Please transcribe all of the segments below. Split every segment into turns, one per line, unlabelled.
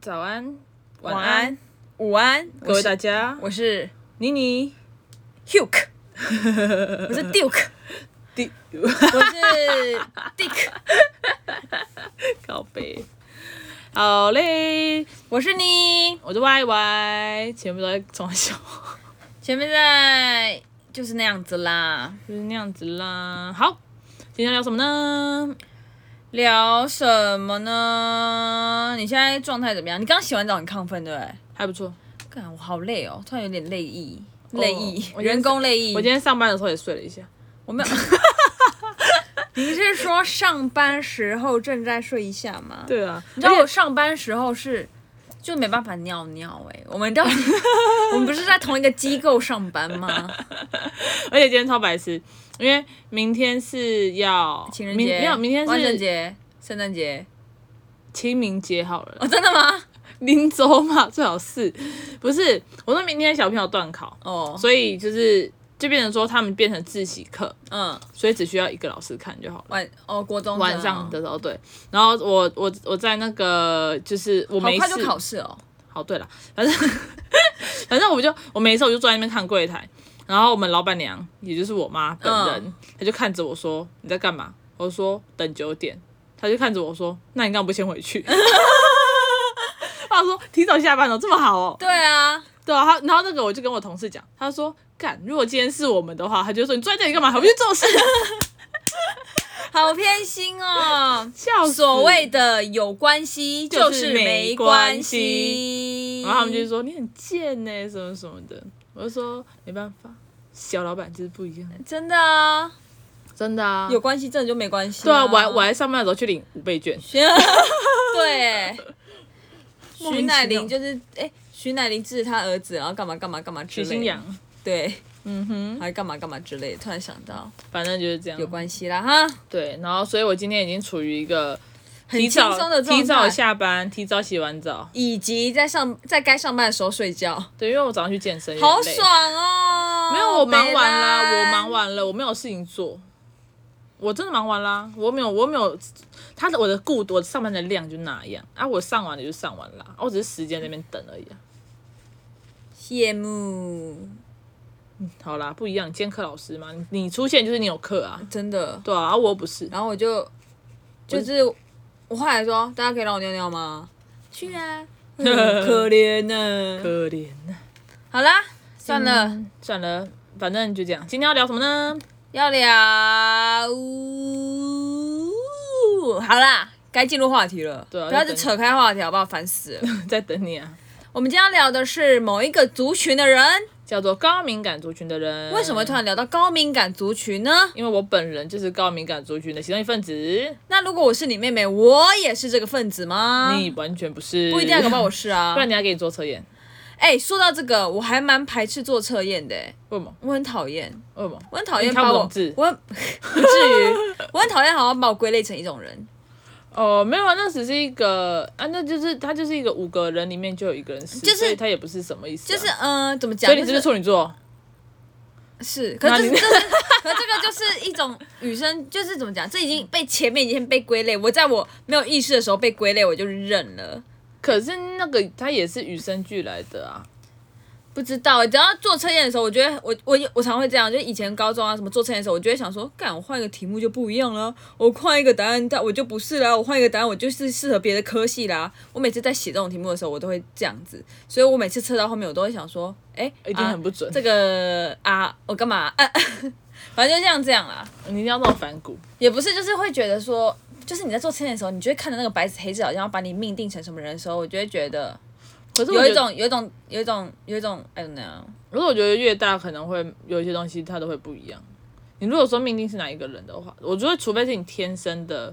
早安，晚
晚
安
安，，午安，
各位
我是
大家，
我是
妮妮
Duke，我是 Duke，
第
我是 Dick，
靠背，好嘞，
我是你。
我是 Y Y，前面都在装笑，
前面在就是那样子啦，
就是那样子啦。好，今天聊什么呢？
聊什么呢？你现在状态怎么样？你刚洗完澡很亢奋，对不对？
还不错，
干，我好累哦，突然有点累意，累意，
我今天
人工累意。
我今天上班的时候也睡了一下，
我没有。你是说上班时候正在睡一下吗？
对啊，
你知道
而
我
且
上班时候是就没办法尿尿哎、我们到底我们不是在同一个机构上班 吗？
而且今天超白痴，因为明天是要
情人
明
节
没有，明天
万圣
是
节、圣诞节
清明节好了，
哦，真的吗？
临走嘛，最好是，不是？我说明天小朋友断考，
哦，
所以就是就变成说他们变成自习课，
嗯，
所以只需要一个老师看就好了。
晚哦，国中
晚上的时候对，然后我我我在那个就是我
好
没
快就
事，
考试哦，
好对了，反正反正我就我没事我就坐在那边看柜台，然后我们老板娘也就是我妈本
嗯
人，她就看着我说你在干嘛？我说等九点，她就看着我说那你干嘛不先回去？ 我想说提早下班了，这么好哦。
对啊，
对啊，他然后那个我就跟我同事讲，他说干，如果今天是我们的话，他就说你坐在这里干嘛？还不去做事？。
好偏心哦
笑死
所谓的有关系
就
就是是
没
没
关
关
系
系，
然后他们就说你很贱呢、什么什么的。我就说没办法，小老板就是不一样，
真的啊，
真的啊。
有关系真的就没关系、
对啊，我还我还上班的时候去领五倍券，
对，
莫名其妙
徐乃麟就是哎，徐乃麟治他儿子，然后干嘛干嘛干嘛之
许
类的
新阳，
对，
嗯哼，
还干嘛干嘛之类的，突然想到
反正就是这样
有。关系啦哈，
对，然后所以我今天已经处于一个
很
提
轻
早
松的
提
状
早
态，
下班，提早洗完澡，
以及在上在该上班的时候睡觉，
对，因为我早上去健身，有点
好
累
爽哦！
没有，我忙完
北
啦，
兰
我忙，完了，我没有事情做，我真的忙完啦，我没有，我没有，他的我的顾我上班的量就那样啊，我上完了就上完啦，啊我只是时间在那边等而已、啊。
羡慕，
好啦，不一样，你兼课老师嘛，你你出现就是你有课啊，
真的。
对啊，啊我又不是，
然后我就就是我后来说，大家可以让我尿尿吗？去啊，嗯可怜呢、
可怜啊，
好啦，算了。
嗯 算了，反正就这样。今天要聊什么呢？
要聊，好啦，该进入话题了。
对啊
不要
就
再
等
扯开话题好不好？烦死了。
在等你啊，
我们今天要聊的是某一个族群的人，
叫做高敏感族群的人，
为什么会突？然聊到高敏感族群呢？
因为我本人就是高敏感族群的其中一份子，
那如果我是你妹妹，我也是这个分子吗？
你完全不是，
啊不一定要搞不好我是啊
不。然你要给你做测验，
哎、说到这个，我还蛮排斥做测验的、哎
为什么？
我很讨厌，
为什么？
我很讨厌
你看
把
不懂
我
字，
我很 不至于，我很讨厌好像把我归类成一种人。
哦，没有啊，那只是一个啊，那就是他就是一个五个人里面就有一个人是，
就是
所以他也不是什么意思啊、
就是嗯、呃怎么讲？
所以你
就是
不是处女座？
是，可是
那
这
你
是这是，可是这个就是一种与生，就是怎么讲，这已经被前面已经被归类，我在我没有意识的时候被归类，我就认了。
可是那个他也是与生俱来的啊，
不知道，只要做测验的时候，我觉得我我我常会这样，就以前高中啊什么做测验的时候，我就会想说，干我换一个题目就不一样了，我换一个答案，但我就不是啦，我换一个答案，我就是适合别的科系啦。我每次在写这种题目的时候，我都会这样子，所以我每次测到后面，我都会想说，哎、
一定
啊
很不准。
这个啊，我干嘛、啊？ 反正就像这样啦。
你一定要那么反骨，
也不是，就是会觉得说，就是你在做测验的时候，你就会看着那个白纸黑字，好像要把你命定成什么人的时候，我就会觉得
可是我
有
觉
一
得，
种有一种有一种有一种 I don't know，
可是我觉得越大可能会有一些东西它都会不一样。你如果说命定是哪一个人的话，我觉得除非是你天生的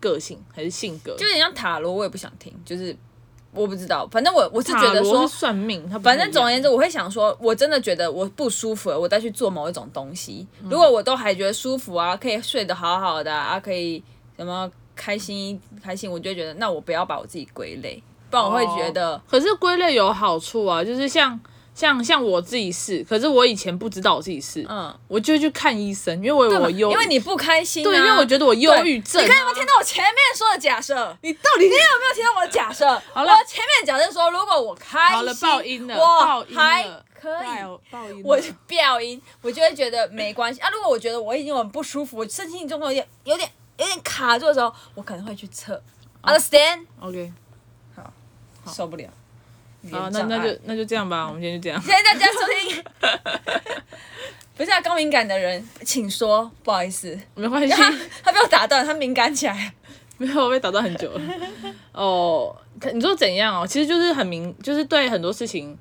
个性还是性格，
就有点像塔罗，我也不想听，就是我不知道，反正我我是觉
塔
得
罗
说
是，算命，它不
反
太一
正总而
样
言之，我会想说，我真的觉得我不舒服了，我再去做某一种东西，
嗯
如果我都还觉得舒服啊，可以睡得好好的啊，啊可以什么开心开心，我就会觉得那我不要把我自己归类，不然我会觉得。
可是归类有好处啊，就是像像像我自己是，可是我以前不知道我自己是，
嗯，
我就会去看医生，因为我有哦我忧，
因为你不开心、啊，
对，因为我觉得我忧郁症啊、
你看有没有听到我前面说的假设？
你到底
你有没有听到我的假设？了。
好了
我前面讲是说，如果我开心，
好了，爆音了，啊
我
爆音
还
了，
可以
爆爆音了，
我是飙音，我就会觉得没关系啊。如果我觉得我已经很不舒服，身体中有点、有点、有点卡住的时候，我可能会去测。Understand？、
哦 OK，
受不了，语
好，
言
那
障
那
碍。
就那就这样吧，我们今天就这样。
谢谢大家收听。不是啊，高敏感的人，请说，不好 意思，
没关系，
他他被我打断，他敏感起来。
没有我被打断很 久了。哦，可你说怎样哦？其实就是很明，就是对很多事情，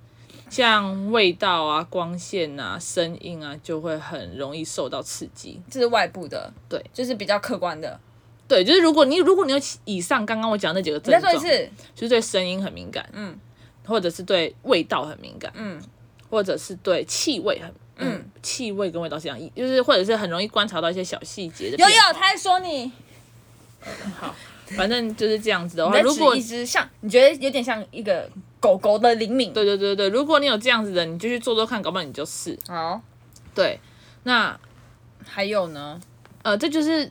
像味道啊、光线啊、声音啊，就会很容易受到刺激。
这是外部的，
对，
就是比较客观的。
对，就是如果你如果你有以上刚刚我讲的那几个
你
症
再
状，
说一次，
就是对声音很敏感，
嗯
或者是对味道很敏感，
嗯，
或者是对气味很。嗯
嗯，
气味跟味道是一样，就是或者是很容易观察到一些小细节的
有
变化。
有，他在说你，
反正就是这样子的
你
话，
在
啊如果
指一只像，你觉得有点像一个狗狗的灵敏。
对对对对，如果你有这样子的，你就去做做看，搞不好你就是
好，
对。那
还有呢？
呃，这就是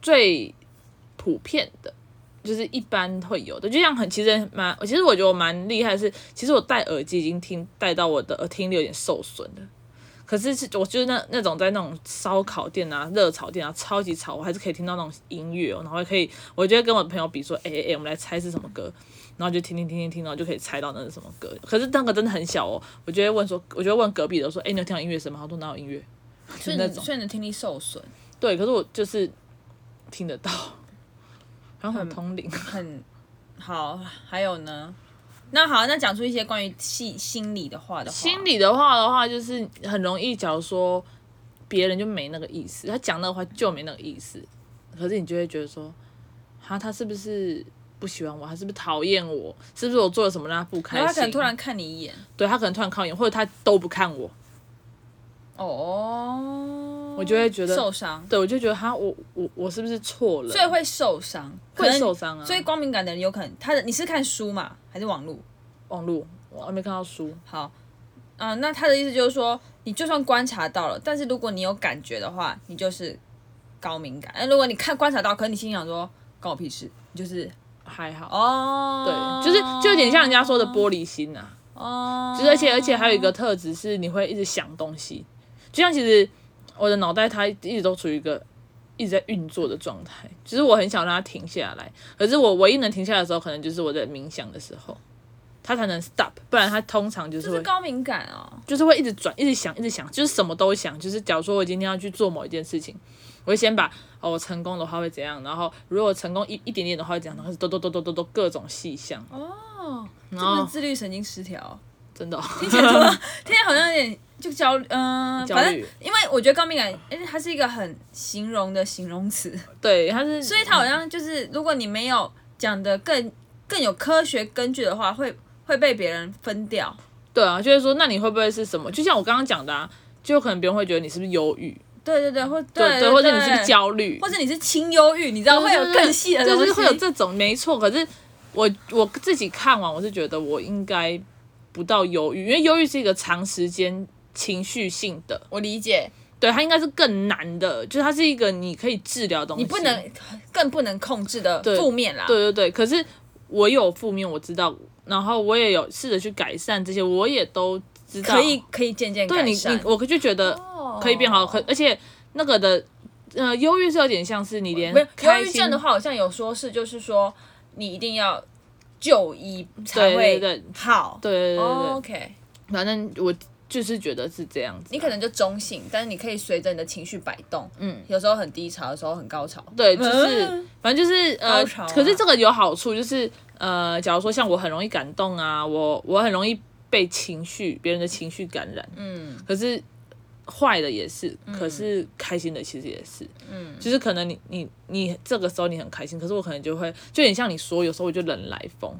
最普遍的，就是一般会有的，就像很其实蛮，其实我觉得我蛮厉害的是，其实我戴耳机已经听戴到我的耳听力有点受损了。可是是，我就是那那种在那种烧烤店啊、热炒店啊，超级吵，我还是可以听到那种音乐、哦，然后还可以，我就会跟我的朋友比说，哎哎哎，我们来猜是什么歌，然后就听听听听听，然后就可以猜到那是什么歌。可是那个真的很小哦，我就会问说，我就会问隔壁的说，哎，你有听到音乐声吗？他说哪有音乐？
所以
那
你
种
所以你的听力受损，
对，可是我就是听得到，然后很通灵。
很好。还有呢？那好，那讲出一些关于心心理的话的 话。
心理的话的话，就是很容易，假如说别人就没那个意思，他讲那个话就没那个意思，可是你就会觉得说，哈，他是不是不喜欢我？他是不是讨厌我？是不是我做了什么让他不开
然
心？
后他可能突然看你一眼，
对他可能突然靠眼，或者他都不看我，
哦，
我就会觉得
受伤，
对我就觉得哈，我我我是不是错了？
所以会受伤，可
会
能
受伤啊
所以光敏感的人有可能，他的你是看书嘛，还是网络？
网络我还没看到书，
好，嗯、那他的意思就是说，你就算观察到了，但是如果你有感觉的话，你就是高敏感。哎那如果你看观察到，可是你心想说，关我屁事，你就是
还好。
哦，
对，就是就有点像人家说的玻璃心呐、啊。
哦，
就是而且而且还有一个特质是你会一直想东西，就像其实我的脑袋它一直都处于一个一直在运作的状态，只是我很想让它停下来，可是我唯一能停下来的时候，可能就是我在冥想的时候，它才能 stop，不然它通常就是
这
会
是高敏感哦。
就是会一直转，一直想，一直想，就是什么都想。就是假如说我今天要去做某一件事情，我会先把哦，我成功的话会怎样，然后如果成功一一点点的话会怎样，然后都都都都都都各种细项，
哦，这
后
不是自律神经失调，
真的哦、
听起来好像有点就焦，嗯、
焦
反正
虑
因为我觉得高敏感，因为它是一个很形容的形容词，
对，它是
所以它好像就是如果你没有讲的更更有科学根据的话，会会被别人分掉。
对啊，就是说，那你会不会是什么？就像我刚刚讲的、啊，就可能别人会觉得你是不是忧郁，
对对对，或
对
对
或者你是不是，焦虑，
或者你是轻忧郁，你知道
对
会有
对对
更细的
对
东西，
就是会有这种，没错。可是我我自己看完，我是觉得我应该不到忧郁，因为忧郁是一个长时间情绪性的，
我理解，
对，它应该是更难的，就是它是一个你可以治疗的东西，
你不能更不能控制的
对
负面啦。
对对对，可是我有负面，我知道，然后我也有试着去改善这些，我也都知道
可以可以渐渐
对
改
你
善
你，我就觉得哦可以变好，
哦
可而且那个的呃，忧郁是有点像是你连
没有忧
开
郁
心
症的话，好像有说是就是说你一定要就医才
对对
会
对
好。
对对对对对
o k
反正我就是觉得是这样子
你。可能就中性，但是你可以随着你的情绪摆动，嗯，有时候很低潮，有时候很高潮。
对，就是、
嗯
反正就是呃
高潮啊，
可是这个有好处，就是呃，假如说像我很容易感动啊，我我很容易被情绪别人的情绪感染，
嗯，
可是坏的也是，可是开心的其实也是，嗯，就是可能你你你这个时候你很开心，可是我可能就会就有点像你说，有时候我就冷来疯，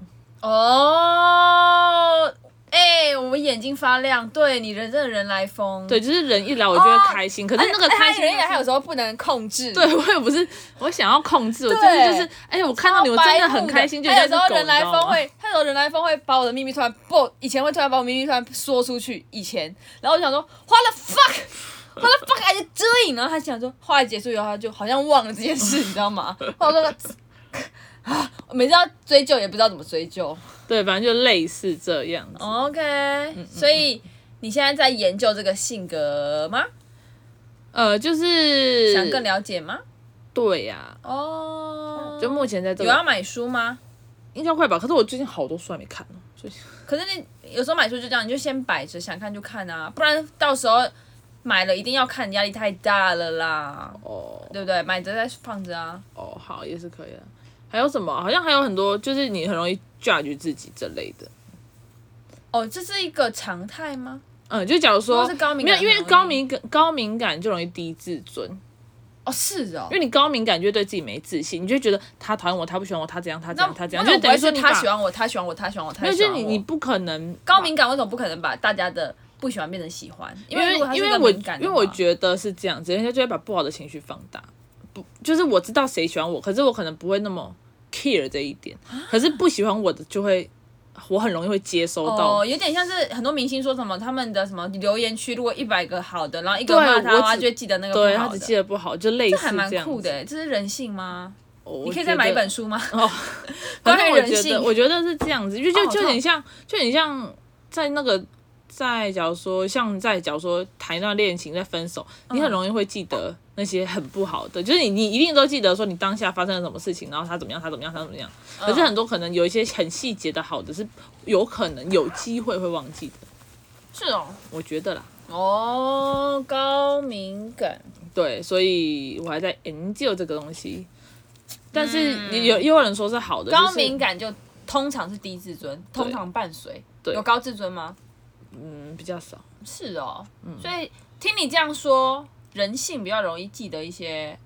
哦，哎、我眼睛发亮，对你人真的人来疯，
对，就是人一来我就会开心，可
哎，
是那个
哎
开心
哎
的
人一来，他有
是。
时候不能控制，
对，我也不是，我想要控制，我真的就是，哎、我看到你，我真的很开心，就
啊他有
像
时
只
候
狗，
人
你
来
知道
疯
吗？
会，他有时候人来疯会把我的秘密突然不，以前会突然把我秘密突然说出去，以前，然后我就想说，what the fuck，what the fuck are you doing？然后他想说，话一结束以后，他就好像忘了这件事，你知道吗？或者说啊每次要追究也不知道怎么追究。
对，反正就类似这样子。
OK，、所
嗯
以你现在在研究这个性格吗？
呃，就是
想更了解吗？
对呀、
哦，
就目前在这
有要
个
买书吗？
应该会吧。可是我最近好多书还没看呢，最近
可是你有时候买书就这样，你就先摆着，想看就看啊，不然到时候买了一定要看，压力太大了啦，
哦
对不对？买着再放着啊。
哦，好也是可以的。还有什么？好像还有很多，就是你很容易 judge 自己这类的。
哦，这是一个常态吗？
嗯，就假如
如
说
果是高敏
没
感
有，因为
很容易
高敏感高敏感就容易低自尊，
哦，是哦
因。为你高敏感就会对自己没自信，你就会觉得他讨厌我，他不喜欢我，他怎样，他怎
那
样，他怎样，
为
就
什么不
等于
会
说
说
你
他
把
喜，欢我，他喜欢我，他喜欢我，他
没有，
喜
就是
欢
你
我。
你不可能
高敏感为什么不可能把大家的不喜欢变成喜欢？因为如果他是
因
一
为
个
我
敏感的
因为我
话
觉得是这样子，人家就会把不好的情绪放大。不，就是我知道谁喜欢我，可是我可能不会那么 care 这一点。
啊
可是不喜欢我的就会，我很容易会接收到。
哦，有点像是很多明星说什么他们的什么留言区，如果一百个好的，然后一个
对
骂他，
我
他
只
就会记得那个
对
不
他
好
只
的。
记得不好，就类
这
似
还蛮
这样
酷
子。
的欸，这是人性吗？
哦
你可以
我
再
觉
买一
得
本 书吗？
反
关
正
于
我
人
觉得，
性
我觉得是这样子，就就
哦
就
好
很像，就很像在那个，在假如说像在假如说谈一段恋情在分手，你
嗯
很容易会记得那些很不好的，就是你你一定都记得说你当下发生了什么事情，然后他怎么样，他怎么样，他怎么样。可
嗯
是很多可能有一些很细节的好的是有可能有机会会忘记的，
是哦，
我觉得啦。
哦，高敏感，
对，所以我还在研究这个东西，但是也有也有人说是好的，
嗯高
就是
敏感就通常是低自尊，通常伴随。
对
有高自尊吗？
嗯比较少。
是哦，
嗯
所以听你这样说，人性比较容易记得一些，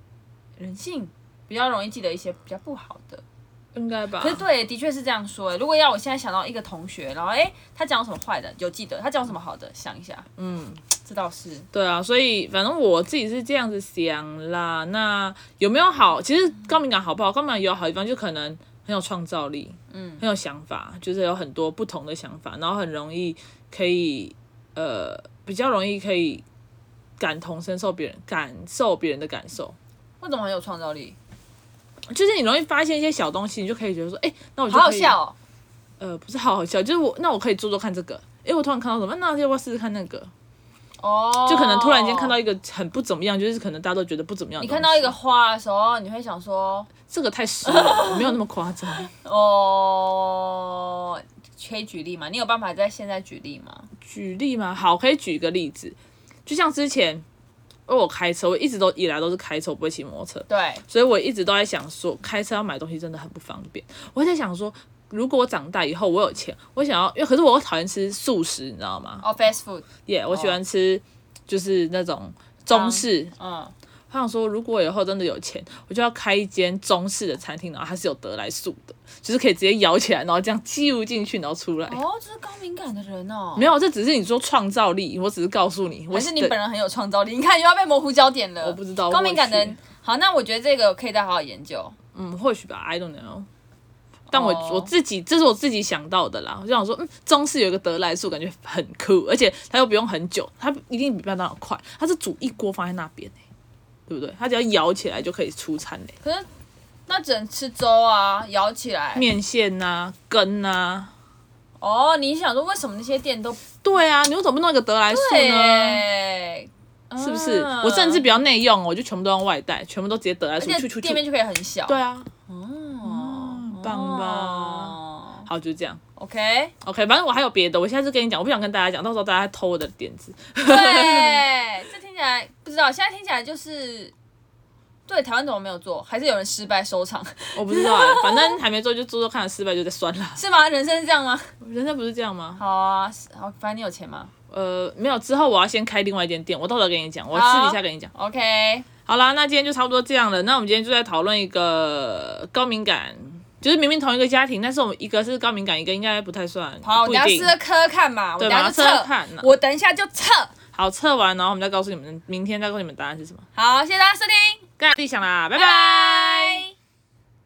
人性比较容易记得一些比较不好的。
应该吧，
可是 对，的确是这样说欸。如果要我现在想到一个同学，然后哎、欸他讲什么坏的有记得，他讲什么好的想一下，
嗯，
这倒是。
对啊，所以反正我自己是这样子想啦。那有没有好？其实高敏感好不好？高敏感有好地方，就可能很有创造力，嗯，很有想法，就是有很多不同的想法，然后很容易可以呃比较容易可以感同身受别人感受别人的感受，
为什么很有创造力？
就是你容易发现一些小东西，你就可以觉得说，哎、那我就
好好
可以
笑、哦。
呃，不是好好笑，就是我那我可以做做看这个。哎、我突然看到什么？那要不要试试看那个？
哦，
就可能突然间看到一个很不怎么样，就是可能大家都觉得不怎么样的
你
东西。
看到一个花的时候，你会想说，
这个太湿了， 没有那么夸张。
哦，可以举例吗？你有办法在现在举例吗？
举例吗？好，可以举一个例子，就像之前，因为我开车，我一直都以来都是开车，我不会骑摩托车，
对，
所以我一直都在想说，开车要买东西真的很不方便。我在想说，如果我长大以后我有钱，我想要，因为可是我又讨厌吃素食，你知道吗？
哦，fast food，
耶、我喜欢吃就是那种中式。
嗯，
我想说，如果以后真的有钱，我就要开一间中式的餐厅，然后它是有得来速的，就是可以直接摇起来，然后这样揪进去，然后出来。
哦，这是高敏感的人哦，
没有，这只是你说创造力，我只是告诉你，我
还是你本人很有创造力，你看又要被模糊焦点了。
我不知道
高敏感的
或
人
许，
好，那我觉得这个可以再好好研究。
嗯，或许吧，I don't know。但我、
哦
我自己，这是我自己想到的啦。我就想说，嗯，中式有一个得来速，感觉很酷，而且它又不用很久，它一定比麦当劳快。它是煮一锅放在那边、欸、对不对？它只要摇起来就可以出餐欸嘞、
可是那只能吃粥啊，舀起来。
面线呐、羹呐、
哦，你想说为什么那些店都
对啊，你为什么不弄一个得来速呢？
对？
是不是？
嗯
我甚至比较内用，我就全部都用外带，全部都直接得来
而
速，去
且
去
店面
去。
就可以很小。
对啊，嗯
哦，
棒吧
哦
好，就这样。
OK，
OK，反正我还有别的，我下次跟你讲，我不想跟大家讲，到时候大家偷我的点子。
对，这听起来不知道，现在听起来就是，对台湾怎么没有做？还是有人失败收场
我不知道、欸， 反正还没做就做做看，失败就再算了。
是吗？人生是这样吗？
人生不是这样吗？
好啊，是好，反正你有钱吗
呃，没有，之后我要先开另外一间店，我到时候跟你讲，我私底下跟你讲。
？OK，
好啦，那今天就差不多这样了。那我们今天就在讨论一个高敏感，就是明明同一个家庭，但是我们一个是高敏感，一个应该不太算，
好，我
不
等
一
一下
定
试。着科看嘛，我
对
等一下就
马上
测，
看呐
我等一下就测。
好，测完然后我们再告诉你们，明天再告诉你们答案是什么。
好，谢谢大家收听，
盖自己想啦，拜
拜
拜。
拜。